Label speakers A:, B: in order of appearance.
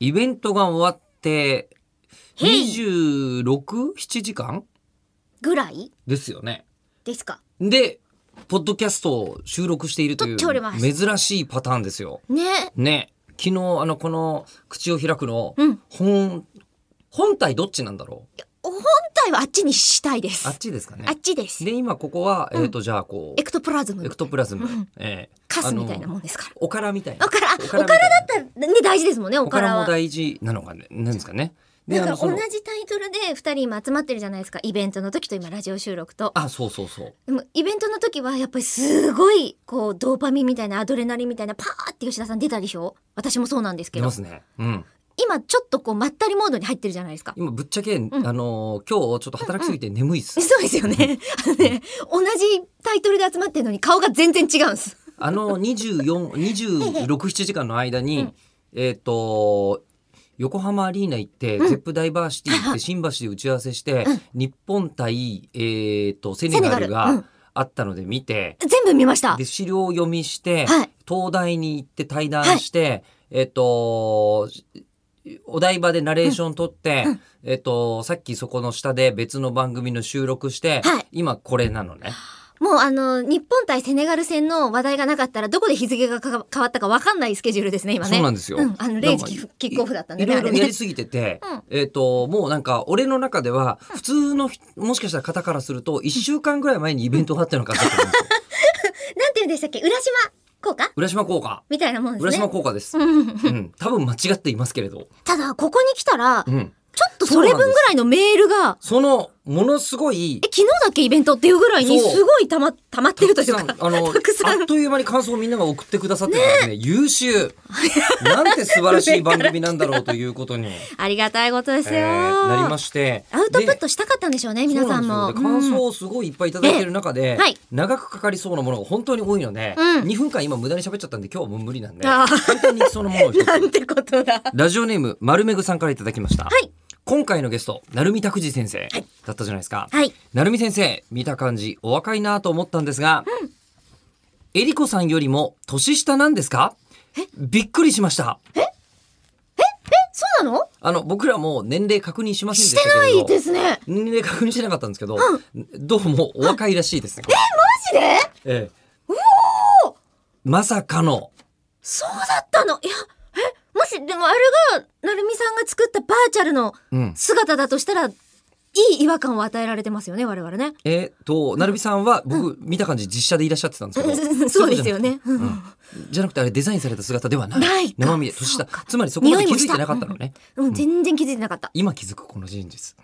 A: イベントが終わって、
B: へい
A: 26、7時間
B: ぐらい
A: ですよね。
B: ですか
A: で、ポッドキャストを収録しているとい
B: 撮っておりま
A: う
B: す
A: 珍しいパターンですよ。
B: ね
A: ね。昨日、あの、この、口を開くの、
B: うん
A: 本、本体どっちなんだろう
B: 本体はあっちにしたいです
A: あ
B: あっ
A: っちですかね。
B: ちです
A: で、今ここは、えっ、と、じゃあ、こう
B: エ、クトプラズム
A: エクトプラズム、ええ
B: カスみたいな
A: あの
B: もんですから
A: おからみたいな。
B: おからあ
A: お
B: お
A: から
B: から
A: みたいな
B: だったらね大事ですもんねお
A: お
B: か
A: から
B: ら
A: も
B: は
A: 大事なのかね、なんですかね。で、
B: だ
A: あ
B: から
A: の、そ
B: 同
A: の、
B: じタイトルで二人今集まってるじゃないですかイベントの時と今ラジオ収録と
A: あ、そうそうそう。
B: でもイベントの時はやっぱりすごいこうドーパミンみたいなアドレナリンみたいなパーって吉田さん出たでしょ私もそうなんですけ
A: 出
B: ど
A: ますね。うん。
B: 今ちょっとこうまったりモードに入ってるじゃないですか
A: 今ぶっちゃけ、あのー今日ちょっと働きすぎて眠いっ す。
B: そうです よね。あのね、同じタイトルで集まってるのに顔が全然違うんです。
A: あの24、26、7時間の間に、えっ、と、横浜アリーナ行って、ゼップダイバーシティ行って、新橋で打ち合わせして、日本対、えっ、と、セネガル
B: セネガルう
A: が
B: ん
A: あったので見て、
B: 全部見ました
A: で、。資料を読みして、
B: はい
A: 東大に行って対談して、えっ、と、お台場でナレーション撮って、えっ、と、さっきそこの下で別の番組の収録して、
B: はい
A: 今これなのね。
B: もうあの、日本対セネガル戦の話題がなかったら、どこで日付がか変わったか分かんないスケジュールですね、今ね。
A: そうなんですよ。
B: うん、あの、
A: な
B: 0
A: んか
B: 時キックキックオフだったん
A: い
B: で
A: い
B: ね、
A: ろ
B: あ
A: いろ
B: れ
A: やり
B: ね。
A: すぎてて、
B: うん
A: えっ、と、もうなんか、俺の中では、普通のひ、もしかしたら方からすると、1週間ぐらい前にイベントがあったのかなと思 うんですよ。
B: なんて言うんでしたっけ浦島効果
A: 浦島効果。
B: みたいなもんですね。
A: 浦島効果です。
B: うん
A: うん。多分間違っていますけれど。
B: ただ、ここに来たら、ち
A: う
B: ょ
A: ん。
B: っとそれ分ぐらいのメールが、
A: その、ものすごい
B: え、、昨日だっけイベントっていうぐらいに、
A: そう
B: すごい溜ま、溜まってるというか、
A: たくさんあの、
B: たくさん
A: あっという間に感想をみんなが送ってくださってるんですね。優 秀。なんて素晴らしい番組なんだろうということに、
B: ありがたいこと ですよ、
A: えーなりまして。
B: アウトプッ
A: で
B: トしたかったんでしょうね、皆さんも。
A: そうなんですよで感
B: うん
A: 想をすごいいっぱいいただいてる中で、
B: うんはい
A: 長くかかりそうなものが本当に多いので、
B: うん
A: 2分間今無駄に喋っちゃったんで今日はもう無理なんで
B: あー
A: 簡単にいきそうなもの を一つ
B: なんてことだ。
A: ラジオネーム丸めぐさんからいただきました、
B: はい
A: 今回のゲスト成美拓司先生だったじゃないですか、
B: はい。
A: 成美先生見た感じお若いなと思ったんですが、えりこさんよりも年下なんですかびっくりしました
B: そうなの
A: あの僕らも年齢確認しませんでし
B: し
A: てたけれど
B: ないですね。
A: 年齢確認してなかったんですけど、どうもお若いらしいですね。
B: マジで
A: ええ。まさかの、
B: そうだったのいや、え、もし、でもあれが、なるみさんが作ったバーチャルの
A: うん、
B: 姿だとしたら、いい違和感を与えられてますよね、我々ね。
A: えっと、なるびさんは僕見た感じ実写でいらっしゃってたんですけど、
B: そうですよ
A: ね。
B: ね。うん
A: じゃなくてあれデザインされた姿ではない。
B: ないか
A: 生身で年下
B: そうか。
A: つまりそこまで気づいてなかったの
B: 匂いも
A: ね。
B: うん、全然気づいてなかった。
A: 今気づくこの真実。